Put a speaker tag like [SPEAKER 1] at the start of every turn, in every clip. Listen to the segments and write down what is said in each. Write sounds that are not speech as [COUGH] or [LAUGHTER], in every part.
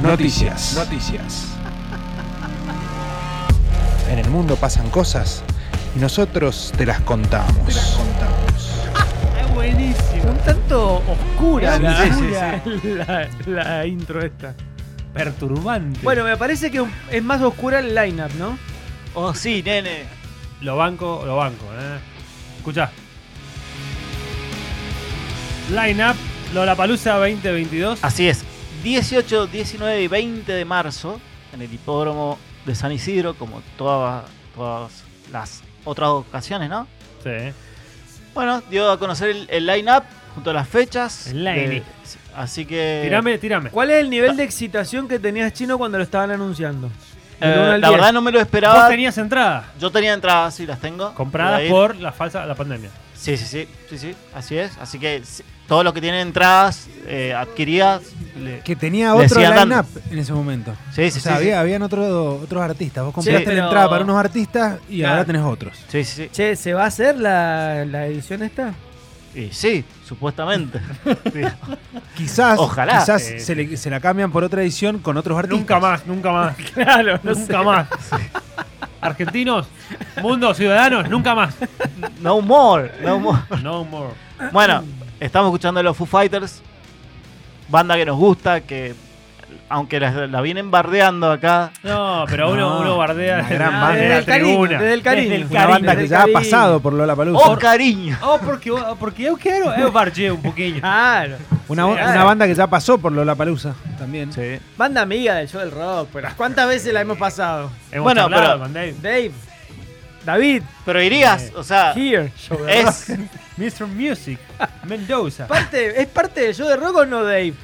[SPEAKER 1] Noticias. Noticias. En el mundo pasan cosas y nosotros te las contamos. Te las contamos.
[SPEAKER 2] Es buenísimo.
[SPEAKER 3] Un tanto oscura
[SPEAKER 2] La,
[SPEAKER 3] la-
[SPEAKER 2] la- [LAUGHS] la intro esta. Perturbante.
[SPEAKER 3] Bueno, me parece que un- es más oscura el lineup, ¿no?
[SPEAKER 4] Oh, sí, nene.
[SPEAKER 2] lo banco, lo banco. Eh. Escuchá. Line up Lollapalooza 2022.
[SPEAKER 4] Así es. 18, 19 y 20 de marzo en el hipódromo de San Isidro, como todas, todas las otras ocasiones, ¿no?
[SPEAKER 2] Sí, eh.
[SPEAKER 4] Bueno, dio a conocer el, el line-up junto a las fechas.
[SPEAKER 2] El line-up.
[SPEAKER 4] de- así que.
[SPEAKER 2] Tirame, tirame.
[SPEAKER 3] Eh, ¿Cuál es el nivel de excitación que tenías chino cuando lo estaban anunciando?
[SPEAKER 4] Eh,
[SPEAKER 3] Del uno al
[SPEAKER 4] la
[SPEAKER 3] diez.
[SPEAKER 4] verdad no me lo esperaba.
[SPEAKER 2] Vos tenías entrada.
[SPEAKER 4] Yo tenía entradas, sí, las tengo.
[SPEAKER 2] Comprada
[SPEAKER 4] ahí.
[SPEAKER 2] por la falsa la pandemia.
[SPEAKER 4] Sí, sí, sí, sí, sí, así es. Así que sí, todos los que tienen entradas eh, adquiridas. le-
[SPEAKER 5] Que tenía
[SPEAKER 4] Le
[SPEAKER 5] otro
[SPEAKER 4] decía Dan.
[SPEAKER 5] line-up en ese momento.
[SPEAKER 4] Sí, sí,
[SPEAKER 5] o sea,
[SPEAKER 4] sí,
[SPEAKER 5] había,
[SPEAKER 4] sí.
[SPEAKER 5] habían otro- otros artistas. Vos compraste
[SPEAKER 3] pero-
[SPEAKER 5] la entrada para unos artistas y
[SPEAKER 3] Claro.
[SPEAKER 5] ahora tenés otros.
[SPEAKER 4] Sí, sí,
[SPEAKER 3] Che, ¿se va a hacer la, la edición esta?
[SPEAKER 4] sí. Y sí, supuestamente. [LAUGHS]
[SPEAKER 5] Quizás,
[SPEAKER 4] Ojalá.
[SPEAKER 5] quizás
[SPEAKER 2] Eh,
[SPEAKER 5] se, le- se la cambian por otra edición con otros artistas.
[SPEAKER 2] Nunca más, nunca
[SPEAKER 3] [LAUGHS]
[SPEAKER 2] más. [LAUGHS] claro, nunca más. Argentinos, mundo, ciudadanos, nunca más.
[SPEAKER 4] No more, no more.
[SPEAKER 2] No more.
[SPEAKER 4] Bueno, estamos escuchando a los Foo Fighters, banda que nos gusta, que aunque la, la vienen bardeando acá,
[SPEAKER 2] No, pero uno,
[SPEAKER 5] No,
[SPEAKER 2] uno bardea
[SPEAKER 5] una
[SPEAKER 2] desde,
[SPEAKER 5] gran
[SPEAKER 2] la-
[SPEAKER 5] banda.
[SPEAKER 2] desde
[SPEAKER 3] desde
[SPEAKER 2] la
[SPEAKER 3] el cariño,
[SPEAKER 2] tribuna.
[SPEAKER 3] desde el cariño.
[SPEAKER 2] Desde el
[SPEAKER 5] Una
[SPEAKER 2] cariño.
[SPEAKER 5] banda que
[SPEAKER 3] desde
[SPEAKER 5] ya ha
[SPEAKER 3] cariño.
[SPEAKER 5] pasado por Lola Palusa.
[SPEAKER 4] ¡oh cariño!
[SPEAKER 2] Oh, porque, porque eu quero,
[SPEAKER 3] eh,
[SPEAKER 2] [LAUGHS] eu bargeo un poquinho.
[SPEAKER 3] Claro.
[SPEAKER 5] una,
[SPEAKER 3] Sí,
[SPEAKER 5] una
[SPEAKER 3] claro.
[SPEAKER 5] banda que ya pasó por Lola Palusa también.
[SPEAKER 4] Sí.
[SPEAKER 3] Banda amiga del show del rock, pero ¿cuántas veces la hemos pasado?
[SPEAKER 2] Hemos
[SPEAKER 4] Bueno,
[SPEAKER 2] charlado
[SPEAKER 4] pero-
[SPEAKER 2] con Dave.
[SPEAKER 3] Dave, David,
[SPEAKER 4] Pero irías, o sea,
[SPEAKER 3] here.
[SPEAKER 4] es. [LAUGHS]
[SPEAKER 2] Mr.
[SPEAKER 3] [LAUGHS]
[SPEAKER 2] Music, Mendoza.
[SPEAKER 3] Parte, ¿Es parte del show del rock o no, Dave?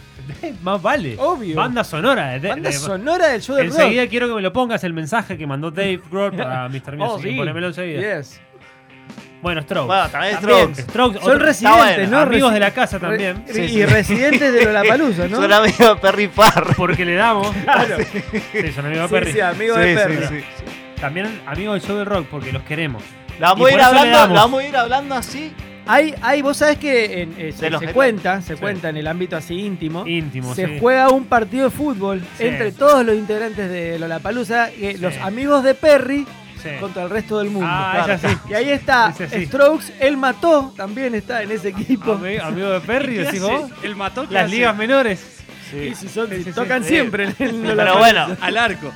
[SPEAKER 2] Dave, Más vale.
[SPEAKER 3] Obvio.
[SPEAKER 2] Banda sonora. de- de-
[SPEAKER 3] Banda
[SPEAKER 2] de-
[SPEAKER 3] sonora del show del rock.
[SPEAKER 2] Enseguida quiero que me lo pongas el mensaje que mandó Dave
[SPEAKER 3] [LAUGHS]
[SPEAKER 2] Grohl para Mr. Music.
[SPEAKER 3] Oh, sí.
[SPEAKER 2] Ponémelo enseguida.
[SPEAKER 3] Yes.
[SPEAKER 2] Bueno, Strokes.
[SPEAKER 4] Bueno, también es
[SPEAKER 3] También.
[SPEAKER 4] Strokes.
[SPEAKER 2] Strokes,
[SPEAKER 3] Son
[SPEAKER 2] otro-
[SPEAKER 3] residentes,
[SPEAKER 4] bueno,
[SPEAKER 3] ¿no?
[SPEAKER 2] amigos
[SPEAKER 3] Resi-
[SPEAKER 2] de la casa
[SPEAKER 3] re-
[SPEAKER 2] también.
[SPEAKER 3] y
[SPEAKER 4] Sí, sí.
[SPEAKER 3] residentes de
[SPEAKER 2] [LAUGHS]
[SPEAKER 3] Lollapalooza, ¿no?
[SPEAKER 4] Son amigos de Perry Farr.
[SPEAKER 2] Porque le damos.
[SPEAKER 3] [LAUGHS] Claro.
[SPEAKER 2] Sí, son amigos de
[SPEAKER 3] Sí,
[SPEAKER 2] Perry.
[SPEAKER 3] sí, amigo de Perry.
[SPEAKER 2] También amigos del show del rock, porque los queremos.
[SPEAKER 4] La
[SPEAKER 2] por
[SPEAKER 4] vamos, a
[SPEAKER 2] eso
[SPEAKER 4] ir
[SPEAKER 2] le
[SPEAKER 4] hablando,
[SPEAKER 2] damos.
[SPEAKER 4] la vamos a ir hablando así.
[SPEAKER 3] Hay, hay, vos sabés que en- eh, se,
[SPEAKER 4] los
[SPEAKER 3] se
[SPEAKER 4] de-
[SPEAKER 3] cuenta, se
[SPEAKER 2] sí.
[SPEAKER 3] cuenta en el ámbito así íntimo.
[SPEAKER 2] Íntimos.
[SPEAKER 3] se
[SPEAKER 2] sí.
[SPEAKER 3] juega un partido de fútbol
[SPEAKER 2] Sí.
[SPEAKER 3] entre todos los integrantes de Lollapalooza, eh,
[SPEAKER 2] Sí.
[SPEAKER 3] los amigos de Perry
[SPEAKER 2] Sí.
[SPEAKER 3] contra el resto del mundo.
[SPEAKER 2] Ah, es así.
[SPEAKER 3] Y ahí está
[SPEAKER 2] Es así.
[SPEAKER 3] Strokes, él mató, también está en ese equipo.
[SPEAKER 2] Ami- Amigo de Perry, decís vos.
[SPEAKER 6] El mató que
[SPEAKER 2] Las
[SPEAKER 6] hace
[SPEAKER 2] ligas menores.
[SPEAKER 3] Y si son-
[SPEAKER 2] Sí, sí, sí.
[SPEAKER 3] tocan siempre. en
[SPEAKER 4] Pero
[SPEAKER 3] Lollapalooza.
[SPEAKER 4] bueno,
[SPEAKER 6] al arco.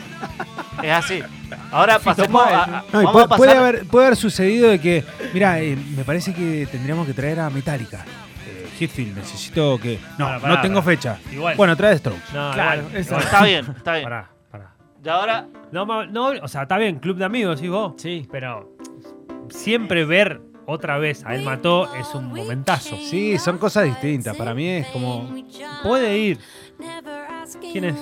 [SPEAKER 4] es así. Ahora pasemos
[SPEAKER 2] Páez,
[SPEAKER 4] a.
[SPEAKER 2] ¿no?
[SPEAKER 4] a-
[SPEAKER 5] No, y
[SPEAKER 4] vamos
[SPEAKER 5] puede,
[SPEAKER 4] a pasar.
[SPEAKER 5] puede haber, puede haber sucedido de que, mira, eh, me parece que tendríamos que traer a Metallica. Eh, Hitfield, necesito que... No,
[SPEAKER 2] Para, para,
[SPEAKER 5] no tengo
[SPEAKER 2] para.
[SPEAKER 5] fecha.
[SPEAKER 2] Igual.
[SPEAKER 5] Bueno, trae Strokes.
[SPEAKER 2] No,
[SPEAKER 3] Claro,
[SPEAKER 2] igual,
[SPEAKER 3] eso.
[SPEAKER 2] igual.
[SPEAKER 4] Está bien, está bien.
[SPEAKER 2] Pará, pará.
[SPEAKER 4] Y ahora,
[SPEAKER 2] No, ma- no, o sea, está bien, club de amigos, decís vos.
[SPEAKER 3] Sí.
[SPEAKER 2] Pero siempre ver otra vez a él mató es un momentazo.
[SPEAKER 5] Sí, son cosas distintas. Para mí es como...
[SPEAKER 2] Puede ir
[SPEAKER 7] ¿Quién es?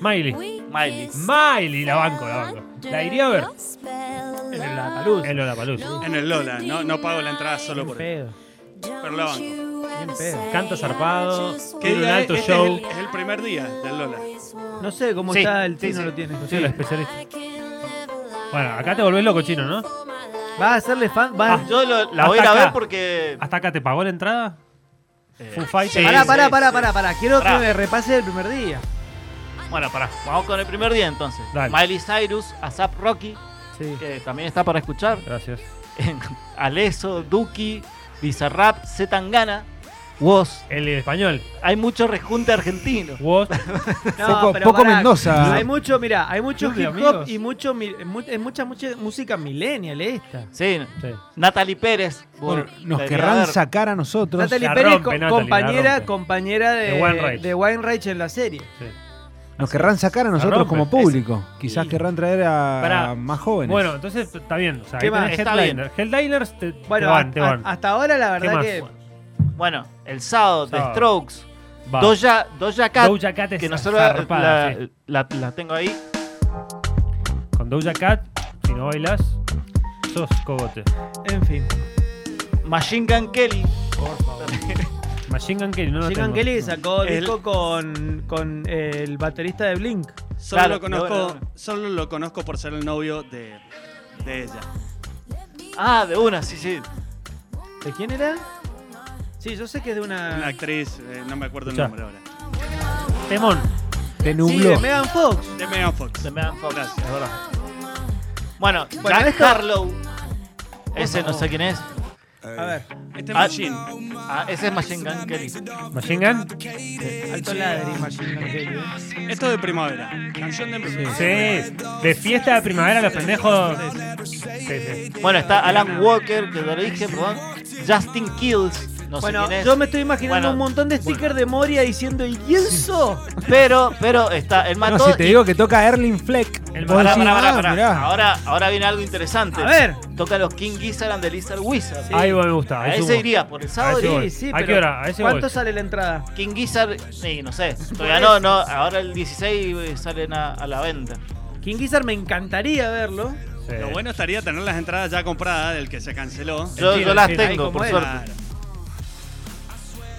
[SPEAKER 2] Miley.
[SPEAKER 4] Miley.
[SPEAKER 7] Miley, la banco, la banco. ¿La iría a ver? En
[SPEAKER 3] En
[SPEAKER 7] la
[SPEAKER 3] Lollapalooza.
[SPEAKER 2] en Lollapalooza.
[SPEAKER 6] En el Lola. No, no pago la entrada solo
[SPEAKER 3] Bien
[SPEAKER 6] por eso.
[SPEAKER 3] pedo.
[SPEAKER 6] Pero la banco.
[SPEAKER 3] pedo.
[SPEAKER 2] Canta zarpado,
[SPEAKER 6] ¿Qué
[SPEAKER 2] tiene un
[SPEAKER 6] día es?
[SPEAKER 2] alto
[SPEAKER 6] Este es
[SPEAKER 2] show.
[SPEAKER 6] el- es el primer día del Lola.
[SPEAKER 3] No sé cómo
[SPEAKER 4] Sí,
[SPEAKER 3] está el
[SPEAKER 4] sí,
[SPEAKER 3] tino
[SPEAKER 4] sí.
[SPEAKER 3] lo tiene.
[SPEAKER 2] Sí, los especialistas. Bueno, acá te volvés loco, chino, ¿no?
[SPEAKER 3] ¿Vas a hacerle fan? ¿Vas
[SPEAKER 4] yo lo- la voy a ir
[SPEAKER 2] Hasta
[SPEAKER 4] a ver
[SPEAKER 2] acá.
[SPEAKER 4] porque.
[SPEAKER 2] ¿Hasta acá te pagó la entrada?
[SPEAKER 4] eh,
[SPEAKER 2] Foo Fighters.
[SPEAKER 4] sí,
[SPEAKER 3] Pará,
[SPEAKER 4] sí,
[SPEAKER 3] pará,
[SPEAKER 4] sí.
[SPEAKER 3] pará, pará, pará. Quiero
[SPEAKER 4] Pará.
[SPEAKER 3] que me repase el primer día.
[SPEAKER 4] Bueno, pará. Vamos con el primer día entonces.
[SPEAKER 2] Dale.
[SPEAKER 4] Miley Cyrus, Asap Rocky,
[SPEAKER 3] Sí.
[SPEAKER 4] que también está para escuchar.
[SPEAKER 2] Gracias.
[SPEAKER 4] Aleso, Duki, Bizarrap, Zetangana, Woz.
[SPEAKER 2] El español.
[SPEAKER 4] Hay mucho rejunte argentino.
[SPEAKER 2] Vos.
[SPEAKER 5] Poco- poco Mendoza.
[SPEAKER 3] Hay mucho, mira, hay mucho
[SPEAKER 2] Club de
[SPEAKER 3] hip hop
[SPEAKER 2] amigos.
[SPEAKER 3] y mucho, mi- mu- es mucha, mucha música millennial esta.
[SPEAKER 4] Sí,
[SPEAKER 2] Sí.
[SPEAKER 4] Natalie Pérez.
[SPEAKER 5] Bueno,
[SPEAKER 4] por-
[SPEAKER 5] nos
[SPEAKER 4] debería
[SPEAKER 5] querrán
[SPEAKER 4] haber.
[SPEAKER 5] sacar a nosotros.
[SPEAKER 3] Natalie
[SPEAKER 2] la
[SPEAKER 3] Pérez,
[SPEAKER 2] rompe,
[SPEAKER 3] co-
[SPEAKER 2] Natalie, la
[SPEAKER 3] compañera,
[SPEAKER 2] rompe.
[SPEAKER 3] compañera de,
[SPEAKER 2] De Wainwright.
[SPEAKER 3] de Wainwright en la serie.
[SPEAKER 2] sí.
[SPEAKER 5] Nos querrán sacar a nosotros
[SPEAKER 2] rompe.
[SPEAKER 5] como público. Quizás
[SPEAKER 3] Sí.
[SPEAKER 5] querrán traer a
[SPEAKER 2] Pará.
[SPEAKER 5] más jóvenes.
[SPEAKER 2] Bueno, entonces está bien. O sea,
[SPEAKER 3] ¿Qué
[SPEAKER 2] ahí
[SPEAKER 3] más?
[SPEAKER 2] tenés
[SPEAKER 4] Está
[SPEAKER 2] headliner. Headliners te, te
[SPEAKER 3] Bueno,
[SPEAKER 2] van, te
[SPEAKER 3] a-
[SPEAKER 2] van.
[SPEAKER 3] hasta ahora la
[SPEAKER 2] ¿Qué
[SPEAKER 3] verdad
[SPEAKER 2] más?
[SPEAKER 3] que
[SPEAKER 4] Bueno, el sábado, The
[SPEAKER 2] Sábado.
[SPEAKER 4] Strokes,
[SPEAKER 2] Va.
[SPEAKER 4] Doja, Doja Cat,
[SPEAKER 2] Doja Cat es
[SPEAKER 4] que nosotros la-
[SPEAKER 2] zarpada,
[SPEAKER 4] la,
[SPEAKER 2] sí.
[SPEAKER 4] la- la tengo ahí.
[SPEAKER 2] Con Doja Cat, si no bailas, sos cogote.
[SPEAKER 3] en fin.
[SPEAKER 4] Machine Gun Kelly,
[SPEAKER 2] Machine Gun Kelly, no lo
[SPEAKER 3] Jim
[SPEAKER 2] tengo.
[SPEAKER 3] Kelly sacó
[SPEAKER 6] El-
[SPEAKER 3] disco con, con el baterista de Blink.
[SPEAKER 6] Solo,
[SPEAKER 4] Claro,
[SPEAKER 6] lo conozco,
[SPEAKER 4] no, no, no.
[SPEAKER 6] solo lo conozco por ser el novio de, de ella.
[SPEAKER 4] ah, de una, sí, sí.
[SPEAKER 3] ¿De quién era? Sí, yo sé que es de
[SPEAKER 6] Una
[SPEAKER 3] una.
[SPEAKER 6] actriz, eh, no me acuerdo el
[SPEAKER 2] Escuchá.
[SPEAKER 6] nombre ahora.
[SPEAKER 2] Temón.
[SPEAKER 5] Te
[SPEAKER 3] Sí,
[SPEAKER 5] nubló.
[SPEAKER 3] de Megan Fox.
[SPEAKER 6] De Megan Fox.
[SPEAKER 4] De Megan Fox.
[SPEAKER 6] Gracias.
[SPEAKER 4] es verdad. Bueno,
[SPEAKER 3] Bueno,
[SPEAKER 4] Jack
[SPEAKER 3] esto-
[SPEAKER 4] Harlow. Ese no sé quién es.
[SPEAKER 3] A ver,
[SPEAKER 6] Este es
[SPEAKER 4] Ah.
[SPEAKER 6] Machine.
[SPEAKER 4] Ah, ese es Machine Gun Kelly.
[SPEAKER 2] ¿Machine Gun?
[SPEAKER 3] alto ladri, Machine Gun Kelly, ¿eh?
[SPEAKER 6] Esto es de primavera. Canción de primavera.
[SPEAKER 2] Sí. De fiesta de primavera, los pendejos. Sí, sí.
[SPEAKER 4] Bueno, está Alan Walker, que te lo dije, perdón. Justin Kills, no sé
[SPEAKER 3] Bueno,
[SPEAKER 4] quién es.
[SPEAKER 3] yo me estoy imaginando
[SPEAKER 4] Bueno,
[SPEAKER 3] un montón de stickers de Moria diciendo ¿y eso?
[SPEAKER 4] Pero, pero está, él
[SPEAKER 5] No,
[SPEAKER 4] mató.
[SPEAKER 5] si te
[SPEAKER 4] y-
[SPEAKER 5] digo que toca Erling Fleck.
[SPEAKER 2] El
[SPEAKER 5] vos
[SPEAKER 2] pará,
[SPEAKER 5] decís,
[SPEAKER 2] pará,
[SPEAKER 5] ah,
[SPEAKER 2] pará,
[SPEAKER 5] mirá.
[SPEAKER 4] Ahora, ahora viene algo interesante.
[SPEAKER 3] A ver.
[SPEAKER 4] Toca los King Gizzard de Lizard Wizard.
[SPEAKER 2] Ahí me gusta.
[SPEAKER 4] a
[SPEAKER 2] Ahí
[SPEAKER 4] ese
[SPEAKER 2] subo.
[SPEAKER 4] iría, por el
[SPEAKER 2] A
[SPEAKER 4] sábado.
[SPEAKER 2] ese
[SPEAKER 4] iría.
[SPEAKER 2] voy.
[SPEAKER 3] Sí, sí,
[SPEAKER 2] ¿A
[SPEAKER 3] pero
[SPEAKER 2] qué hora? A ese
[SPEAKER 3] ¿Cuánto
[SPEAKER 2] voy.
[SPEAKER 3] sale la entrada?
[SPEAKER 4] King Gizzard, sí, no sé. Todavía no, no. Ahora el 16 salen a, a la venta.
[SPEAKER 3] King Gizzard me encantaría verlo.
[SPEAKER 2] Sí.
[SPEAKER 6] Lo bueno estaría tener las entradas ya compradas del que se canceló.
[SPEAKER 4] Yo,
[SPEAKER 2] Entiendo,
[SPEAKER 4] yo las
[SPEAKER 2] entiendo.
[SPEAKER 4] tengo,
[SPEAKER 3] Ahí
[SPEAKER 4] por
[SPEAKER 3] como
[SPEAKER 4] suerte.
[SPEAKER 6] Claro.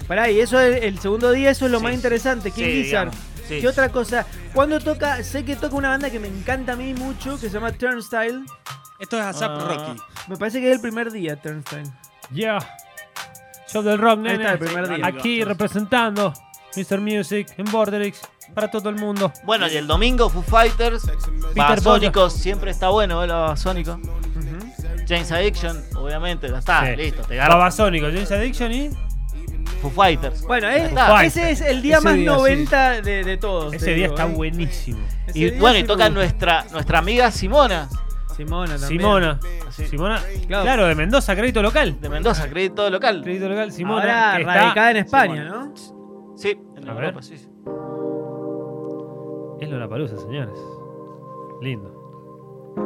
[SPEAKER 3] Pará, y eso es el segundo día, eso es lo
[SPEAKER 4] Sí,
[SPEAKER 3] más
[SPEAKER 4] sí.
[SPEAKER 3] interesante. King
[SPEAKER 4] Sí,
[SPEAKER 3] Gizzard.
[SPEAKER 4] digamos, sí.
[SPEAKER 3] ¿Qué otra cosa? Cuando toca, sé que toca una banda que me encanta a mí mucho, que se llama Turnstile.
[SPEAKER 6] Esto es ASAP
[SPEAKER 4] Ah.
[SPEAKER 6] Rocky.
[SPEAKER 3] Me parece que es el primer día, Turnstile.
[SPEAKER 2] Yeah. Show del rock, nene.
[SPEAKER 3] está, el primer día.
[SPEAKER 2] Aquí representando Mr. Music en Borderix para todo el mundo.
[SPEAKER 4] Bueno, y el domingo Foo Fighters, Basónicos, siempre está bueno ¿eh? ver a Basónicos. James Addiction, obviamente, ya
[SPEAKER 3] Ah,
[SPEAKER 4] está,
[SPEAKER 2] Sí.
[SPEAKER 4] listo, te garpa.
[SPEAKER 2] Babasónico, James Addiction y.
[SPEAKER 4] Foo Fighters.
[SPEAKER 3] Bueno, eh,
[SPEAKER 4] Ya está.
[SPEAKER 3] ese es el día
[SPEAKER 5] Ese
[SPEAKER 3] más
[SPEAKER 5] día,
[SPEAKER 3] 90 de, de todos. te
[SPEAKER 2] Ese día
[SPEAKER 3] digo,
[SPEAKER 2] está
[SPEAKER 3] eh.
[SPEAKER 2] buenísimo.
[SPEAKER 3] Ese
[SPEAKER 4] y
[SPEAKER 3] día
[SPEAKER 4] bueno, y
[SPEAKER 3] sí me
[SPEAKER 4] toca
[SPEAKER 3] gusta.
[SPEAKER 4] nuestra, nuestra amiga Simona
[SPEAKER 3] Simona también.
[SPEAKER 2] Simona.
[SPEAKER 4] Así.
[SPEAKER 2] Simona.
[SPEAKER 3] Claro.
[SPEAKER 2] Claro, de Mendoza, crédito local.
[SPEAKER 4] de Mendoza, crédito local.
[SPEAKER 2] Crédito local, Simona.
[SPEAKER 3] Ahora
[SPEAKER 2] que está-
[SPEAKER 3] radicada en España, ¿no?
[SPEAKER 4] Sí, en
[SPEAKER 2] A
[SPEAKER 4] Europa,
[SPEAKER 2] ver.
[SPEAKER 4] sí. sí.
[SPEAKER 2] Es Lollapalooza, señores. Lindo.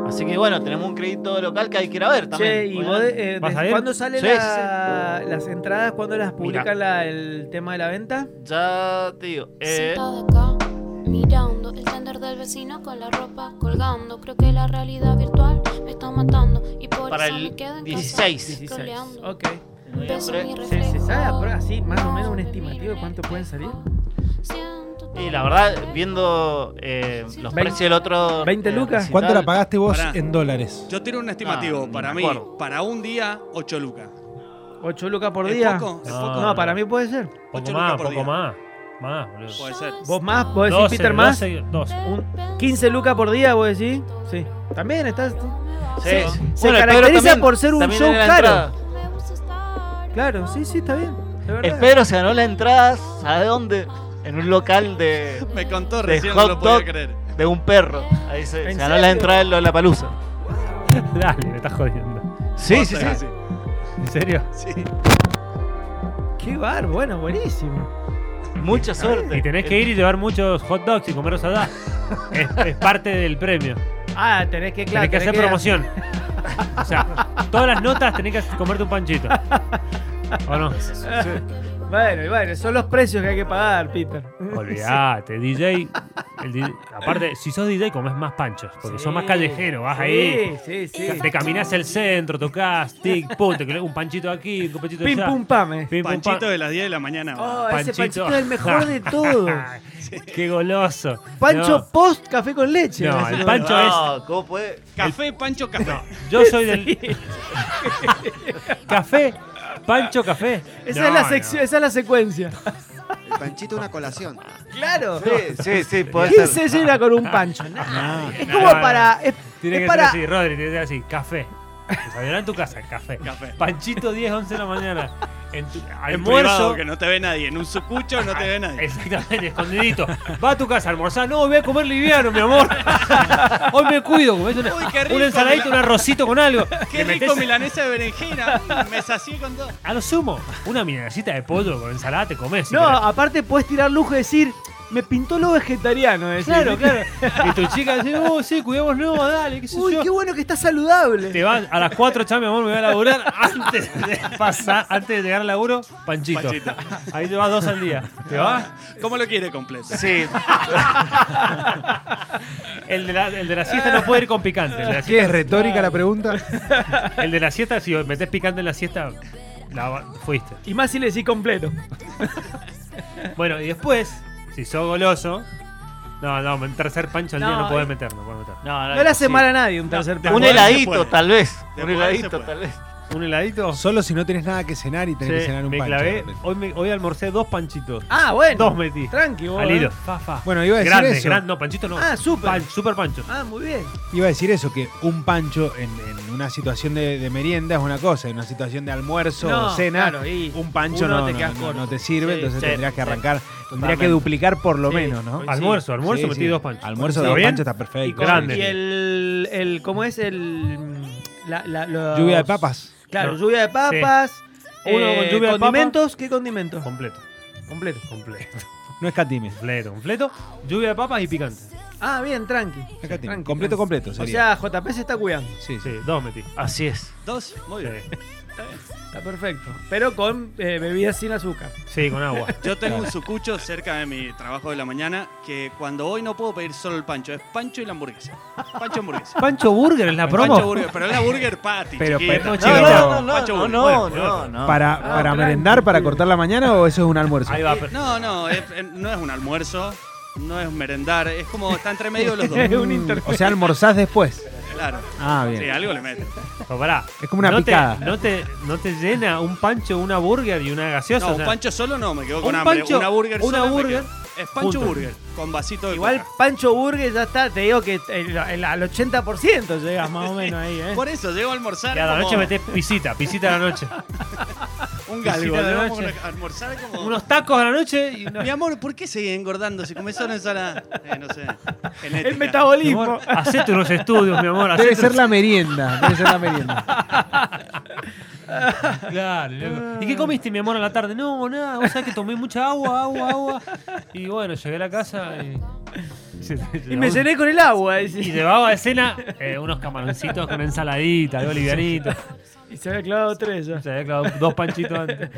[SPEAKER 4] Así que bueno, tenemos un crédito local que hay que ir a ver también.
[SPEAKER 3] Che, ¿y
[SPEAKER 4] Bueno,
[SPEAKER 3] vos de- eh,
[SPEAKER 2] ¿Vas a
[SPEAKER 3] desde
[SPEAKER 2] ir?
[SPEAKER 3] cuándo salen
[SPEAKER 4] Sí,
[SPEAKER 3] la- las entradas? ¿Cuándo las publican la- el tema de la venta?
[SPEAKER 4] Ya te digo. eh,
[SPEAKER 7] Sentado acá, mirando el tender del vecino con la ropa colgando. Creo que la realidad virtual me está matando. Y por
[SPEAKER 4] Para
[SPEAKER 7] eso
[SPEAKER 4] el
[SPEAKER 7] me quedo en
[SPEAKER 4] 16.
[SPEAKER 7] casa,
[SPEAKER 3] 16.
[SPEAKER 7] scrolleando.
[SPEAKER 3] Ok.
[SPEAKER 4] en noviembre.
[SPEAKER 3] ¿Se, se sabe apro- así más o menos un estimativo de cuánto pueden salir?
[SPEAKER 4] Y la verdad, viendo eh, los precios del otro.
[SPEAKER 3] 20
[SPEAKER 4] eh,
[SPEAKER 3] lucas.
[SPEAKER 4] recital,
[SPEAKER 5] ¿Cuánto la pagaste vos
[SPEAKER 6] Pará.
[SPEAKER 5] en dólares?
[SPEAKER 6] Yo tiro un estimativo.
[SPEAKER 4] ni
[SPEAKER 6] para
[SPEAKER 4] me
[SPEAKER 6] mí,
[SPEAKER 4] acuerdo.
[SPEAKER 6] para un día, 8 lucas.
[SPEAKER 3] 8 lucas por
[SPEAKER 6] ¿Es
[SPEAKER 3] día. Ah,
[SPEAKER 6] poco? ¿Es
[SPEAKER 2] No.
[SPEAKER 6] poco?
[SPEAKER 3] No, para mí puede ser.
[SPEAKER 2] Poco
[SPEAKER 6] Ocho
[SPEAKER 2] más,
[SPEAKER 6] lucas por
[SPEAKER 2] poco
[SPEAKER 6] día.
[SPEAKER 2] más. Más, boludo.
[SPEAKER 6] Puede ser.
[SPEAKER 3] ¿Vos más? ¿Vos decís Pues, Peter más?
[SPEAKER 2] 12, 12.
[SPEAKER 3] Un 15 lucas por día, vos decís. Sí. También estás.
[SPEAKER 4] Sí.
[SPEAKER 3] Se-
[SPEAKER 4] sí.
[SPEAKER 3] se
[SPEAKER 4] el Pedro
[SPEAKER 3] caracteriza por ser un
[SPEAKER 4] también
[SPEAKER 3] show
[SPEAKER 4] en la
[SPEAKER 3] caro.
[SPEAKER 4] entrada.
[SPEAKER 3] Claro, sí, sí, está bien. De verdad.
[SPEAKER 4] El Pedro se ganó la entrada, ¿sabe dónde? En un local de,
[SPEAKER 6] Me contó
[SPEAKER 4] De
[SPEAKER 6] recién,
[SPEAKER 4] hot
[SPEAKER 6] no lo podía
[SPEAKER 4] dog.
[SPEAKER 6] creer.
[SPEAKER 4] de un perro. Ahí se,
[SPEAKER 3] ¿En
[SPEAKER 4] se ganó la
[SPEAKER 3] serio?
[SPEAKER 4] entrada en la palusa.
[SPEAKER 2] [LAUGHS] Dale, me estás jodiendo.
[SPEAKER 4] Sí, sí, sí.
[SPEAKER 6] Posta,
[SPEAKER 2] ¿En serio?
[SPEAKER 6] sí. Sí.
[SPEAKER 3] Qué bar, bueno, buenísimo.
[SPEAKER 4] Mucha suerte.
[SPEAKER 2] Y tenés que ir y llevar muchos hot dogs y comerlos
[SPEAKER 3] [LAUGHS]
[SPEAKER 2] allá. es, es parte del premio.
[SPEAKER 3] Ah, tenés que, claro.
[SPEAKER 2] tenés que hacer
[SPEAKER 3] [LAUGHS]
[SPEAKER 2] promoción. o sea, todas las notas tenés que comerte un panchito. ¿O
[SPEAKER 3] [LAUGHS]
[SPEAKER 2] no?
[SPEAKER 3] Bueno, y bueno, son los precios que hay que pagar, Peter.
[SPEAKER 2] Olvídate, DJ. el di- aparte, si sos DJ, comés más panchos. Porque
[SPEAKER 3] Sí.
[SPEAKER 2] sos más callejero, vas ahí.
[SPEAKER 3] Sí, sí,
[SPEAKER 2] Te
[SPEAKER 3] sí.
[SPEAKER 2] caminás el centro, tocas, tic, pum, te un panchito aquí, un panchito
[SPEAKER 3] Pim
[SPEAKER 2] allá.
[SPEAKER 3] pum pam. eh.
[SPEAKER 2] Pim, pum, pam.
[SPEAKER 6] Panchito de las 10 de la mañana.
[SPEAKER 3] Oh, ese
[SPEAKER 2] Panchito.
[SPEAKER 3] panchito es el mejor
[SPEAKER 2] [LAUGHS]
[SPEAKER 3] de todos.
[SPEAKER 2] Qué goloso.
[SPEAKER 3] Pancho
[SPEAKER 2] No.
[SPEAKER 3] post café con leche. ¿eh?
[SPEAKER 2] No,
[SPEAKER 3] Ese
[SPEAKER 2] el
[SPEAKER 3] lo-
[SPEAKER 2] pan- Pancho
[SPEAKER 4] No, ¿cómo puede?
[SPEAKER 6] Café, Pancho, café.
[SPEAKER 2] Yo soy del. café. Pancho Café.
[SPEAKER 3] Esa,
[SPEAKER 2] No,
[SPEAKER 3] es la
[SPEAKER 2] no.
[SPEAKER 3] sección, esa es la secuencia.
[SPEAKER 8] El panchito una colación.
[SPEAKER 3] Claro.
[SPEAKER 4] Sí, sí, [LAUGHS] sí, puede
[SPEAKER 3] ¿Quién
[SPEAKER 4] ser.
[SPEAKER 3] se llena con un pancho? Nadie. es como
[SPEAKER 2] No, no,
[SPEAKER 3] para. Es,
[SPEAKER 2] Tiene
[SPEAKER 3] es
[SPEAKER 2] que
[SPEAKER 3] para.
[SPEAKER 2] ser así, Rodri, tiene que ser así. Café. Desayunar en tu casa, café.
[SPEAKER 6] Café.
[SPEAKER 2] Panchito 10, 11 de la mañana. En tu
[SPEAKER 6] En
[SPEAKER 2] almuerzo.
[SPEAKER 6] privado, que no te ve nadie. En un sucucho no te ve nadie.
[SPEAKER 2] Exactamente, escondidito. Va a tu casa a almorzar. No, voy a comer liviano, mi amor. Hoy me cuido. Comés una,
[SPEAKER 6] Uy, qué rico,
[SPEAKER 2] una ensaladita, un
[SPEAKER 6] mira.
[SPEAKER 2] arrocito con algo.
[SPEAKER 6] Qué
[SPEAKER 2] Le
[SPEAKER 6] rico
[SPEAKER 2] metés-
[SPEAKER 6] milanesa de berenjena. Me sacié con todo.
[SPEAKER 2] A lo sumo, una milanecita de pollo con ensalada te comes. si
[SPEAKER 3] No,
[SPEAKER 2] querés.
[SPEAKER 3] aparte puedes tirar lujo y decir. Me pintó lo vegetariano.
[SPEAKER 2] [LAUGHS]
[SPEAKER 3] decir.
[SPEAKER 2] Claro, claro. Y tu chica dice, oh, sí, cuidémoslo, dale, qué sé
[SPEAKER 3] Uy,
[SPEAKER 2] yo.
[SPEAKER 3] qué bueno que está saludable.
[SPEAKER 2] Te vas a las 4, chá, mi amor, me voy a laburar. Antes de, pasar, antes de llegar al laburo, panchito.
[SPEAKER 6] Panchito.
[SPEAKER 2] Ahí te vas dos al día. ¿Te vas?
[SPEAKER 6] ¿Cómo lo quiere completo?
[SPEAKER 4] Sí,
[SPEAKER 2] El de la, el de la siesta no puede ir con picante. El de la
[SPEAKER 5] ¿Qué es
[SPEAKER 2] siesta,
[SPEAKER 5] retórica la pregunta?
[SPEAKER 2] el de la siesta, si metes picante en la siesta, la va- fuiste.
[SPEAKER 3] Y más si le decís completo.
[SPEAKER 2] Bueno, y después, si sos goloso. No, no, un tercer pancho al día
[SPEAKER 3] No,
[SPEAKER 2] no podés
[SPEAKER 3] y-
[SPEAKER 2] meter, no podés meter.
[SPEAKER 4] no,
[SPEAKER 3] No le hace
[SPEAKER 4] sí.
[SPEAKER 3] mal a nadie un tercer
[SPEAKER 6] Un
[SPEAKER 3] pan.
[SPEAKER 4] Un
[SPEAKER 6] Poder se
[SPEAKER 4] heladito,
[SPEAKER 6] puede.
[SPEAKER 4] tal vez.
[SPEAKER 6] De
[SPEAKER 4] un
[SPEAKER 6] poder se
[SPEAKER 4] heladito,
[SPEAKER 6] puede.
[SPEAKER 4] tal vez.
[SPEAKER 2] un heladito.
[SPEAKER 5] Solo si no tenés nada que cenar y tenés
[SPEAKER 2] Sí,
[SPEAKER 5] que cenar un
[SPEAKER 2] me
[SPEAKER 5] pancho.
[SPEAKER 2] clavé. Hoy, me- hoy almorcé dos panchitos.
[SPEAKER 3] Ah, bueno.
[SPEAKER 2] Dos metí.
[SPEAKER 3] Tranqui, vos.
[SPEAKER 2] Al hilo.
[SPEAKER 3] eh.
[SPEAKER 2] Fa, fa.
[SPEAKER 5] Bueno, iba a decir
[SPEAKER 2] Ah, grande,
[SPEAKER 5] eso.
[SPEAKER 2] grande. No, panchito no.
[SPEAKER 3] Ah, súper.
[SPEAKER 2] Pan- super pancho.
[SPEAKER 3] Ah, muy bien.
[SPEAKER 5] Iba a decir eso, que un pancho en, en una situación de, de merienda es una cosa, en una situación de almuerzo
[SPEAKER 3] No,
[SPEAKER 5] o cena,
[SPEAKER 3] claro, y
[SPEAKER 5] un pancho
[SPEAKER 3] uno
[SPEAKER 5] no,
[SPEAKER 3] te
[SPEAKER 5] no-
[SPEAKER 3] quedas
[SPEAKER 5] no-
[SPEAKER 3] corto.
[SPEAKER 5] no te sirve,
[SPEAKER 3] Sí,
[SPEAKER 5] entonces
[SPEAKER 2] sí,
[SPEAKER 5] tendrías que
[SPEAKER 2] sí.
[SPEAKER 5] arrancar, tendrías que
[SPEAKER 2] Totalmente.
[SPEAKER 5] duplicar por lo
[SPEAKER 3] Sí,
[SPEAKER 5] menos, ¿no?
[SPEAKER 3] coincido.
[SPEAKER 2] Almuerzo, almuerzo
[SPEAKER 5] Sí,
[SPEAKER 2] metí
[SPEAKER 5] sí.
[SPEAKER 2] dos panchos.
[SPEAKER 5] Almuerzo
[SPEAKER 2] ¿Está
[SPEAKER 5] de dos
[SPEAKER 2] bien?
[SPEAKER 5] panchos está
[SPEAKER 3] Y,
[SPEAKER 5] perfecto.
[SPEAKER 3] con-
[SPEAKER 2] Grande.
[SPEAKER 3] y el, el. ¿Cómo es el. La, la- los-
[SPEAKER 5] Lluvia de papas.
[SPEAKER 3] Claro,
[SPEAKER 2] No.
[SPEAKER 3] lluvia de papas. eh,
[SPEAKER 2] Uno con lluvia de
[SPEAKER 3] ¿Condimentos? ¿Qué condimentos?
[SPEAKER 2] Completo. Completo. Completo.
[SPEAKER 5] No escatimes.
[SPEAKER 2] [LAUGHS] Completo. Completo. Lluvia de papas y picante.
[SPEAKER 3] Ah, bien, tranqui.
[SPEAKER 5] escatimes.
[SPEAKER 3] Tranqui,
[SPEAKER 5] Completo,
[SPEAKER 3] tranqui.
[SPEAKER 5] completo.
[SPEAKER 3] O
[SPEAKER 5] Sería.
[SPEAKER 3] sea, JP se está cuidando.
[SPEAKER 5] sí, sí.
[SPEAKER 2] Sí, dos metí.
[SPEAKER 4] Así es.
[SPEAKER 6] Dos, muy bien.
[SPEAKER 3] Está perfecto. Pero con eh, bebidas sin azúcar.
[SPEAKER 2] Sí, con agua.
[SPEAKER 6] Yo tengo un sucucho cerca de mi trabajo de la mañana que cuando voy no puedo pedir solo el pancho, es pancho y la hamburguesa. Pancho hamburguesa.
[SPEAKER 2] Pancho Burger
[SPEAKER 3] [LAUGHS]
[SPEAKER 2] es la
[SPEAKER 6] Pancho
[SPEAKER 2] promo.
[SPEAKER 6] burger, pero es la burger patty.
[SPEAKER 5] Pero,
[SPEAKER 6] chiquita.
[SPEAKER 5] pero,
[SPEAKER 4] No,
[SPEAKER 5] Chiquito.
[SPEAKER 4] no, no, no,
[SPEAKER 6] Pancho
[SPEAKER 4] no,
[SPEAKER 6] Burger.
[SPEAKER 4] no,
[SPEAKER 2] Bueno,
[SPEAKER 4] no, no.
[SPEAKER 2] Ah,
[SPEAKER 5] ¿Para, para merendar, para cortar la mañana o eso es un almuerzo?
[SPEAKER 2] [LAUGHS] Ahí va.
[SPEAKER 6] No, no, es- eh, no es un almuerzo, no es un merendar, es como está entre medio los dos.
[SPEAKER 2] [LAUGHS]
[SPEAKER 5] Mm, o sea, almorzás después.
[SPEAKER 6] Claro.
[SPEAKER 5] Ah, bien.
[SPEAKER 6] Sí, algo le mete.
[SPEAKER 2] Pero pará.
[SPEAKER 5] Es como una
[SPEAKER 2] no
[SPEAKER 5] picada.
[SPEAKER 2] Te, no, te, no te llena un pancho, una burger y una gaseosa.
[SPEAKER 6] No,
[SPEAKER 2] o
[SPEAKER 6] un
[SPEAKER 2] sea,
[SPEAKER 6] pancho solo no, me quedo con
[SPEAKER 2] Un
[SPEAKER 6] hambre.
[SPEAKER 2] pancho,
[SPEAKER 6] una burger
[SPEAKER 2] una
[SPEAKER 6] sola me
[SPEAKER 2] burger,
[SPEAKER 6] quedo. Es pancho
[SPEAKER 2] junto.
[SPEAKER 6] burger, con vasito de
[SPEAKER 3] Igual
[SPEAKER 6] coca.
[SPEAKER 3] Pancho Burger ya está, te digo que el- el- al 80% llegas más o menos
[SPEAKER 2] [LAUGHS]
[SPEAKER 3] ahí, ¿eh?
[SPEAKER 6] Por eso, llego a almorzar
[SPEAKER 2] Y a la
[SPEAKER 6] como
[SPEAKER 2] noche metés pisita, pisita a la [LAUGHS] noche.
[SPEAKER 6] un galgo.
[SPEAKER 2] visita de
[SPEAKER 6] Llego
[SPEAKER 2] noche.
[SPEAKER 6] a almorzar como...
[SPEAKER 2] Unos tacos a la noche [LAUGHS] y una-
[SPEAKER 6] Mi amor, ¿por qué seguís engordando si comés
[SPEAKER 2] [LAUGHS]
[SPEAKER 6] solo ensalada? Eh, no sé. Genética.
[SPEAKER 3] El
[SPEAKER 2] Mi
[SPEAKER 3] metabolismo.
[SPEAKER 2] amor, hacete unos estudios, mi amor.
[SPEAKER 5] Debe
[SPEAKER 2] hacete
[SPEAKER 5] ser
[SPEAKER 2] unos-
[SPEAKER 5] la merienda, debe ser la merienda.
[SPEAKER 2] Claro, loco. ¿Y qué comiste, mi amor, a la tarde? No, nada. Vos sabés que tomé mucha agua, agua, agua. Y bueno, llegué a la casa [LAUGHS] y...
[SPEAKER 3] Y me llené con el agua. eh, dice.
[SPEAKER 2] Y llevaba de cena eh, unos camaroncitos con ensaladita, algo livianito. [LAUGHS]
[SPEAKER 3] Y se había clavado tres ya.
[SPEAKER 2] Se había clavado dos panchitos antes.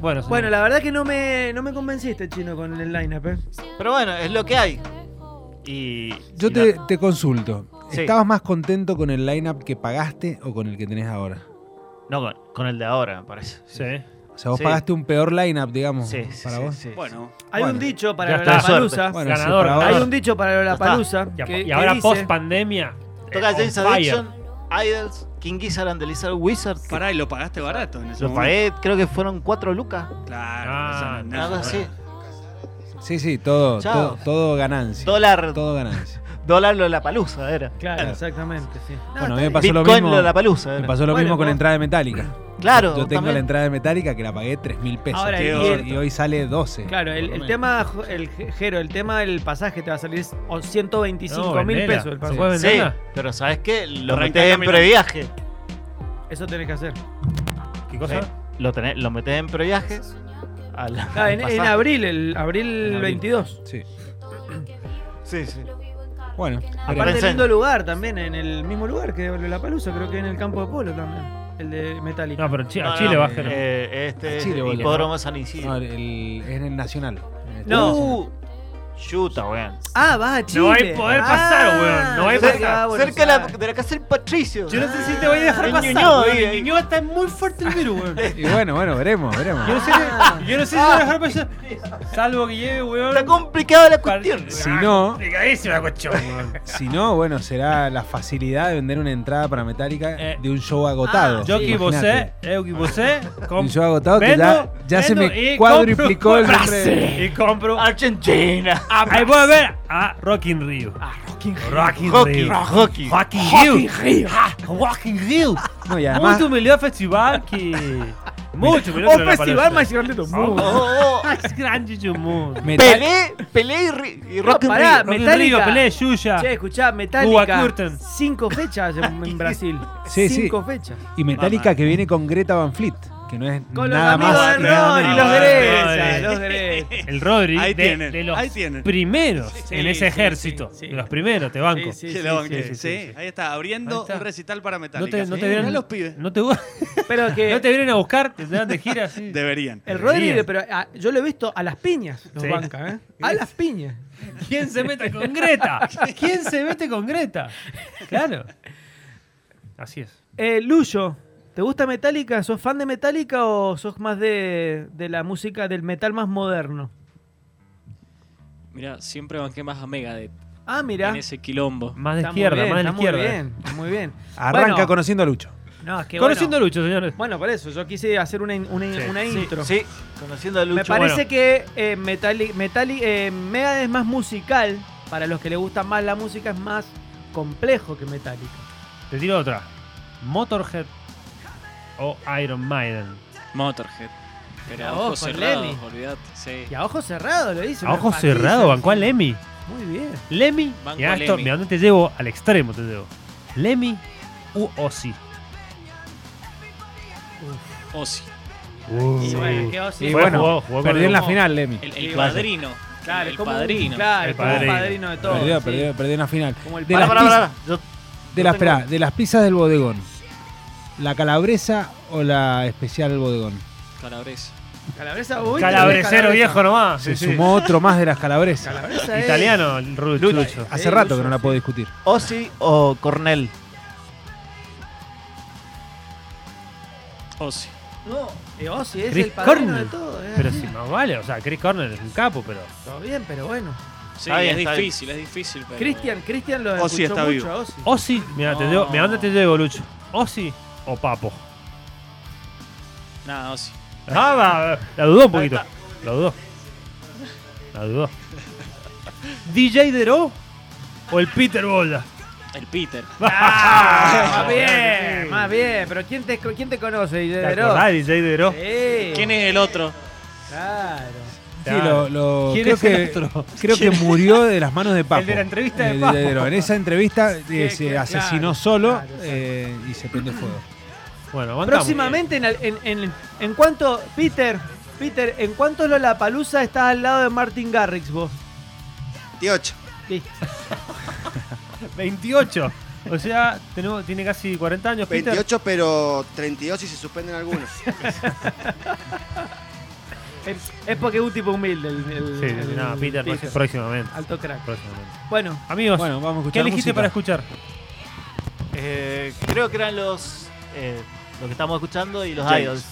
[SPEAKER 2] Bueno, señor.
[SPEAKER 3] Bueno, la verdad que no me, no me convenciste, chino, con el line-up, ¿eh?
[SPEAKER 4] Pero bueno, es lo que hay. Y.
[SPEAKER 5] Yo
[SPEAKER 4] y
[SPEAKER 5] te,
[SPEAKER 4] la-
[SPEAKER 5] te consulto.
[SPEAKER 4] Sí.
[SPEAKER 5] ¿Estabas más contento con el lineup que pagaste o con el que tenés ahora?
[SPEAKER 4] No, con, con el de ahora, me parece.
[SPEAKER 2] Sí.
[SPEAKER 5] O sea, vos
[SPEAKER 4] Sí.
[SPEAKER 5] pagaste un peor lineup, digamos,
[SPEAKER 4] Sí, sí,
[SPEAKER 5] para
[SPEAKER 4] sí,
[SPEAKER 5] vos.
[SPEAKER 4] sí, sí.
[SPEAKER 6] Bueno,
[SPEAKER 3] Hay
[SPEAKER 5] Bueno,
[SPEAKER 3] un dicho
[SPEAKER 2] ya
[SPEAKER 3] para
[SPEAKER 2] está.
[SPEAKER 3] la palusa.
[SPEAKER 5] Bueno,
[SPEAKER 2] Ganador,
[SPEAKER 5] sí, por
[SPEAKER 2] ganador.
[SPEAKER 3] Hay
[SPEAKER 5] ahora-
[SPEAKER 3] un dicho para la palusa.
[SPEAKER 2] Y, a-
[SPEAKER 3] que-
[SPEAKER 2] y
[SPEAKER 3] que
[SPEAKER 2] ahora eh,
[SPEAKER 3] dice-
[SPEAKER 2] post pandemia.
[SPEAKER 4] Toca James Addiction,
[SPEAKER 2] Addiction.
[SPEAKER 4] Idols, King Gizzard and the Lizard Wizard. que
[SPEAKER 6] pará, y lo pagaste barato en ese
[SPEAKER 4] Lo
[SPEAKER 6] momento.
[SPEAKER 4] pagué, creo que fueron 4 lucas.
[SPEAKER 6] Claro,
[SPEAKER 2] Ah,
[SPEAKER 6] eso no es
[SPEAKER 4] Algo
[SPEAKER 6] nada.
[SPEAKER 4] así.
[SPEAKER 5] Sí, sí, todo,
[SPEAKER 4] Chao.
[SPEAKER 5] todo, todo ganancia.
[SPEAKER 4] Dólar,
[SPEAKER 5] Todo ganancia.
[SPEAKER 4] dólar lo de la palusa era.
[SPEAKER 3] Claro, exactamente, sí. No,
[SPEAKER 5] Bueno, a
[SPEAKER 3] está
[SPEAKER 5] mí me
[SPEAKER 3] bien.
[SPEAKER 5] pasó lo
[SPEAKER 4] Bitcoin
[SPEAKER 5] mismo-
[SPEAKER 4] de la palusa.
[SPEAKER 5] Me pasó lo
[SPEAKER 3] Bueno,
[SPEAKER 5] mismo con la
[SPEAKER 3] vos-
[SPEAKER 5] entrada de Metallica.
[SPEAKER 4] Claro,
[SPEAKER 5] Yo tengo
[SPEAKER 4] también.
[SPEAKER 5] la entrada de Metallica que la pagué 3 mil pesos.
[SPEAKER 3] Ahora,
[SPEAKER 5] y,
[SPEAKER 6] y
[SPEAKER 3] el-
[SPEAKER 5] y hoy sale 12.
[SPEAKER 3] Claro, el, el tema, jo- el je- Jero, el tema del pasaje te va a salir o 125 mil pesos el pasaje.
[SPEAKER 2] ¿Puedes
[SPEAKER 4] Sí,
[SPEAKER 2] venderla?
[SPEAKER 4] pero ¿sabes qué? Lo
[SPEAKER 6] Arranca
[SPEAKER 4] metés en
[SPEAKER 6] caminando.
[SPEAKER 4] previaje.
[SPEAKER 3] Eso tenés que hacer.
[SPEAKER 2] ¿Qué
[SPEAKER 4] Sí,
[SPEAKER 2] cosa?
[SPEAKER 4] Lo, tenés, lo metés en previaje. a la-
[SPEAKER 3] Ah, en,
[SPEAKER 4] al
[SPEAKER 3] en
[SPEAKER 4] pasaje.
[SPEAKER 3] abril, el abril,
[SPEAKER 5] abril.
[SPEAKER 3] 22.
[SPEAKER 5] Sí.
[SPEAKER 4] Sí, sí.
[SPEAKER 5] Bueno,
[SPEAKER 4] Aparte-
[SPEAKER 5] veremos.
[SPEAKER 3] Aparte
[SPEAKER 4] Aparecen.
[SPEAKER 3] lindo lugar también, en el mismo lugar que la palusa, creo que en el campo de polo también. El de Metallica.
[SPEAKER 2] No, pero en Chi-
[SPEAKER 4] No,
[SPEAKER 2] a
[SPEAKER 4] no,
[SPEAKER 2] Chile
[SPEAKER 4] no,
[SPEAKER 2] baja. no.
[SPEAKER 4] eh, este es
[SPEAKER 5] Chile,
[SPEAKER 4] el
[SPEAKER 5] boludo. Ah.
[SPEAKER 4] hipódromo San
[SPEAKER 5] No,
[SPEAKER 4] Isidro.
[SPEAKER 5] el- es en el Nacional. En el
[SPEAKER 3] No.
[SPEAKER 5] Nacional.
[SPEAKER 4] Uh, Yuta, weón.
[SPEAKER 3] Ah, va a Chile. Ah.
[SPEAKER 2] No hay poder pasar, weón, no hay
[SPEAKER 3] yo pensé
[SPEAKER 2] poder-
[SPEAKER 3] que va a Buenos
[SPEAKER 4] Cerca de la,
[SPEAKER 3] Aires.
[SPEAKER 4] de la casa del Patricio.
[SPEAKER 2] Yo no sé si te voy a dejar
[SPEAKER 4] En
[SPEAKER 2] pasar.
[SPEAKER 4] Ñuñoa,
[SPEAKER 2] weón.
[SPEAKER 4] ahí,
[SPEAKER 2] En
[SPEAKER 4] ahí.
[SPEAKER 2] Ñuñoa está muy fuerte el virus,
[SPEAKER 3] [LAUGHS]
[SPEAKER 2] weón.
[SPEAKER 5] Y bueno, bueno, veremos,
[SPEAKER 2] Yo no
[SPEAKER 5] veremos.
[SPEAKER 2] sé,
[SPEAKER 3] Ah.
[SPEAKER 2] si- yo no sé si te voy a dejar pasar.
[SPEAKER 4] Ah,
[SPEAKER 2] Salvo que lleve, weón.
[SPEAKER 4] Está complicada la
[SPEAKER 2] par-
[SPEAKER 4] cuestión.
[SPEAKER 5] Si no, [LAUGHS]
[SPEAKER 2] Complicadísima cuestión, weón.
[SPEAKER 5] si no, bueno, será la facilidad de vender una entrada para Metallica
[SPEAKER 2] Eh, ah,
[SPEAKER 5] de un show agotado.
[SPEAKER 2] Yo
[SPEAKER 5] Imagínate.
[SPEAKER 2] equivocé, yo equivocé.
[SPEAKER 5] De
[SPEAKER 2] com-
[SPEAKER 5] un show agotado que
[SPEAKER 2] vendo,
[SPEAKER 5] ya, ya se
[SPEAKER 2] vendo
[SPEAKER 5] me
[SPEAKER 2] y
[SPEAKER 5] cuadruplicó
[SPEAKER 2] compro-
[SPEAKER 5] el nombre. de-
[SPEAKER 2] Y compro.
[SPEAKER 4] Argentina.
[SPEAKER 2] Ahí voy a ver a Rockin' Rio. Rockin'
[SPEAKER 4] Hockey,
[SPEAKER 2] Rio.
[SPEAKER 4] hockey.
[SPEAKER 2] Rockin' Rio. Ah, Rockin' Rio.
[SPEAKER 5] No, y
[SPEAKER 2] Muy
[SPEAKER 5] además,
[SPEAKER 2] humildad festival que. Mucho humildad.
[SPEAKER 3] Un festival más grande del
[SPEAKER 4] Oh,
[SPEAKER 5] [LAUGHS]
[SPEAKER 3] mundo.
[SPEAKER 4] oh, oh.
[SPEAKER 2] Más grande del mundo.
[SPEAKER 5] Metal-
[SPEAKER 4] Pelé, Pelé y, Ri- y
[SPEAKER 3] No,
[SPEAKER 4] Rock and
[SPEAKER 3] pará,
[SPEAKER 4] Rio.
[SPEAKER 2] Rockin' Rio,
[SPEAKER 3] Metallica.
[SPEAKER 2] Pelé, Yuya.
[SPEAKER 3] Che, escuchá,
[SPEAKER 2] Ah. Cuba
[SPEAKER 3] Metallica.
[SPEAKER 2] Curtain.
[SPEAKER 3] Cinco fechas en,
[SPEAKER 2] [LAUGHS]
[SPEAKER 3] en Brasil.
[SPEAKER 5] Sí, sí.
[SPEAKER 3] cinco fechas.
[SPEAKER 5] y Metallica que viene con Greta Van Fleet, que no es
[SPEAKER 3] Con los
[SPEAKER 5] nada
[SPEAKER 3] amigos
[SPEAKER 5] más.
[SPEAKER 3] de
[SPEAKER 5] y nada
[SPEAKER 3] Ron y
[SPEAKER 5] menos.
[SPEAKER 3] los
[SPEAKER 2] Rodri.
[SPEAKER 3] Gresa,
[SPEAKER 2] Rodri.
[SPEAKER 3] los Gresa.
[SPEAKER 2] El Rodri
[SPEAKER 6] Ahí
[SPEAKER 2] de,
[SPEAKER 6] tienen,
[SPEAKER 2] de los
[SPEAKER 6] ahí tienen.
[SPEAKER 2] primeros
[SPEAKER 3] Sí,
[SPEAKER 2] en ese
[SPEAKER 3] sí,
[SPEAKER 2] ejército.
[SPEAKER 3] sí, sí.
[SPEAKER 2] De los primeros, te banco.
[SPEAKER 3] Sí,
[SPEAKER 6] Que
[SPEAKER 3] sí,
[SPEAKER 6] lo
[SPEAKER 3] sí,
[SPEAKER 6] banque.
[SPEAKER 3] sí,
[SPEAKER 6] [LAUGHS] Sí,
[SPEAKER 3] sí, sí.
[SPEAKER 6] ahí está, abriendo
[SPEAKER 2] Ahí está.
[SPEAKER 6] un recital para
[SPEAKER 2] No
[SPEAKER 6] Metallica.
[SPEAKER 2] te, no
[SPEAKER 6] Sí,
[SPEAKER 2] te
[SPEAKER 6] mirá
[SPEAKER 2] vienen,
[SPEAKER 6] los pibes.
[SPEAKER 2] No te, no
[SPEAKER 3] Pero que
[SPEAKER 2] te vienen a buscar, te dan de gira así.
[SPEAKER 6] Deberían.
[SPEAKER 3] el
[SPEAKER 2] Deberían.
[SPEAKER 3] Rodri, pero ah, yo lo he visto a las piñas, los
[SPEAKER 2] Sí. [LAUGHS]
[SPEAKER 3] banca, ¿eh? A las piñas.
[SPEAKER 2] ¿Quién se mete con
[SPEAKER 3] [LAUGHS]
[SPEAKER 2] Greta? ¿Quién se mete con Greta?
[SPEAKER 3] [LAUGHS]
[SPEAKER 2] Claro. Así es.
[SPEAKER 3] Eh, Luyo, ¿te gusta Metallica? ¿Sos fan de Metallica o sos más de, de la música del metal más moderno?
[SPEAKER 9] Mira, siempre banqué más a Megadeth
[SPEAKER 3] Ah, mira.
[SPEAKER 9] en ese quilombo.
[SPEAKER 2] Más de izquierda, más de la izquierda.
[SPEAKER 3] Muy bien, muy bien.
[SPEAKER 5] Arranca
[SPEAKER 3] Bueno.
[SPEAKER 5] conociendo a Lucho.
[SPEAKER 3] No, es que
[SPEAKER 2] Conociendo
[SPEAKER 3] bueno,
[SPEAKER 2] a Lucho, señores.
[SPEAKER 3] bueno, por eso, yo quise hacer una, in- una, in-
[SPEAKER 2] Sí.
[SPEAKER 3] una intro.
[SPEAKER 4] Sí, conociendo a Lucho.
[SPEAKER 3] Me parece
[SPEAKER 4] bueno,
[SPEAKER 3] que eh, Metali- Metali- eh, Megadeth es más musical. Para los que le gusta más la música, es más complejo que Metallica.
[SPEAKER 2] Te tiro otra. Motorhead o Iron Maiden.
[SPEAKER 9] Motorhead. Pero
[SPEAKER 3] A
[SPEAKER 9] a
[SPEAKER 3] vos,
[SPEAKER 9] ojos
[SPEAKER 3] con
[SPEAKER 9] cerrados,
[SPEAKER 3] Lemmy.
[SPEAKER 9] olvidate. Sí.
[SPEAKER 3] Y a ojos cerrados lo hizo.
[SPEAKER 2] A
[SPEAKER 3] una
[SPEAKER 2] ojos
[SPEAKER 3] paliza.
[SPEAKER 2] cerrados, bancó a Lemmy.
[SPEAKER 3] Muy bien.
[SPEAKER 2] Lemmy.
[SPEAKER 9] Banco
[SPEAKER 2] Mirá, esto,
[SPEAKER 9] Lemmy.
[SPEAKER 2] mirá dónde te llevo, al extremo te llevo. Lemmy u Ozzy.
[SPEAKER 9] Ozzy.
[SPEAKER 3] Y bueno, qué ocio.
[SPEAKER 5] Y
[SPEAKER 2] Fue,
[SPEAKER 5] bueno,
[SPEAKER 2] jugó- jugó con
[SPEAKER 5] perdió en la
[SPEAKER 9] Ojo.
[SPEAKER 5] final, Lemmy.
[SPEAKER 9] El,
[SPEAKER 4] El
[SPEAKER 9] el
[SPEAKER 4] padre.
[SPEAKER 9] padrino.
[SPEAKER 3] Claro,
[SPEAKER 9] el
[SPEAKER 3] como un-
[SPEAKER 9] padrino.
[SPEAKER 3] claro,
[SPEAKER 2] El
[SPEAKER 3] como un
[SPEAKER 2] padrino.
[SPEAKER 3] padrino de todos.
[SPEAKER 5] Perdió,
[SPEAKER 3] sí.
[SPEAKER 5] perdió, perdió en la final.
[SPEAKER 3] Como el
[SPEAKER 5] De
[SPEAKER 4] Pará,
[SPEAKER 5] las
[SPEAKER 3] padre-
[SPEAKER 4] pará,
[SPEAKER 5] pis-
[SPEAKER 4] pará. Yo-
[SPEAKER 5] De las,
[SPEAKER 4] tengo-
[SPEAKER 5] esperá, de las pizzas del bodegón. ¿La calabresa o la especial del bodegón?
[SPEAKER 9] Calabresa.
[SPEAKER 3] Calabresa, uy,
[SPEAKER 2] Calabrecero
[SPEAKER 3] calabresa.
[SPEAKER 2] viejo nomás.
[SPEAKER 5] Se
[SPEAKER 2] Sí, sí.
[SPEAKER 5] sumó otro más de las calabresas.
[SPEAKER 3] Calabresa es-
[SPEAKER 2] Italiano, el Ru- Lucho.
[SPEAKER 5] Hace
[SPEAKER 3] Sí,
[SPEAKER 5] rato
[SPEAKER 3] Lucho,
[SPEAKER 5] que no la puedo discutir.
[SPEAKER 4] Ozzy o Cornell.
[SPEAKER 9] Ozzy.
[SPEAKER 3] No, eh, Ozzy es
[SPEAKER 2] Chris
[SPEAKER 3] el padrino
[SPEAKER 2] Cornell.
[SPEAKER 3] de todo. eh.
[SPEAKER 2] Pero si más vale, o sea, Chris Cornell es un capo, pero.
[SPEAKER 3] Todo bien, pero bueno.
[SPEAKER 9] Sí,
[SPEAKER 4] Está bien,
[SPEAKER 9] es
[SPEAKER 4] está bien.
[SPEAKER 9] difícil, es difícil. Pero...
[SPEAKER 3] Cristian, Cristian lo escuchó
[SPEAKER 6] Ozzy está
[SPEAKER 3] mucho
[SPEAKER 6] vivo.
[SPEAKER 3] a Ozzy.
[SPEAKER 2] Ozzy, mira, te
[SPEAKER 9] No.
[SPEAKER 2] llevo, mirá dónde te llevo, Lucho. Ozzy o Papo.
[SPEAKER 9] Nada, Ozzy.
[SPEAKER 2] Ah, va, la dudó un poquito.
[SPEAKER 9] Ahí
[SPEAKER 2] La dudó. La dudó. ¿DJ Dero o el Peter Bola?
[SPEAKER 9] El Peter.
[SPEAKER 3] Ah, más bien, más bien. Pero ¿quién te, quién te conoce? Y de
[SPEAKER 2] ¿Te
[SPEAKER 3] Verón.
[SPEAKER 2] acordás, DJ Dero?
[SPEAKER 3] Sí,
[SPEAKER 9] ¿Quién es el otro?
[SPEAKER 3] Claro.
[SPEAKER 5] Sí, lo, lo-
[SPEAKER 2] ¿Quién
[SPEAKER 5] creo
[SPEAKER 2] es
[SPEAKER 5] que,
[SPEAKER 2] el otro?
[SPEAKER 5] creo que murió de las manos de Papo.
[SPEAKER 2] El de la entrevista de
[SPEAKER 5] Eh,
[SPEAKER 2] Papo.
[SPEAKER 5] En esa entrevista eh,
[SPEAKER 3] Que-
[SPEAKER 5] se
[SPEAKER 3] que-
[SPEAKER 5] asesinó
[SPEAKER 3] claro,
[SPEAKER 5] solo
[SPEAKER 3] claro, claro.
[SPEAKER 5] eh, y se prende fuego.
[SPEAKER 2] Bueno, aguantamos.
[SPEAKER 3] Próximamente, en, al- en, en, en cuanto. Peter, Peter, ¿en cuánto Lollapalooza estás al lado de Martin Garrix vos?
[SPEAKER 8] 28.
[SPEAKER 3] Listo.
[SPEAKER 2] 28. O sea, tenemos, tiene casi 40 años, Peter.
[SPEAKER 8] 28, pero 32 si se suspenden algunos.
[SPEAKER 3] Es, es porque es un tipo humilde. El, el-
[SPEAKER 2] Sí, sí,
[SPEAKER 3] el-
[SPEAKER 2] no, Peter, próximamente.
[SPEAKER 3] Alto crack.
[SPEAKER 2] próximamente.
[SPEAKER 3] Bueno,
[SPEAKER 2] Amigos,
[SPEAKER 5] Bueno, vamos a escuchar
[SPEAKER 2] ¿qué elegiste
[SPEAKER 5] música.
[SPEAKER 2] para escuchar?
[SPEAKER 4] Eh, creo que eran los. eh, lo que estamos escuchando y los
[SPEAKER 6] James.
[SPEAKER 4] idols.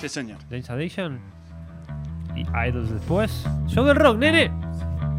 [SPEAKER 6] Sí, señor.
[SPEAKER 2] James Addiction y Idols después. Show del rock, nene.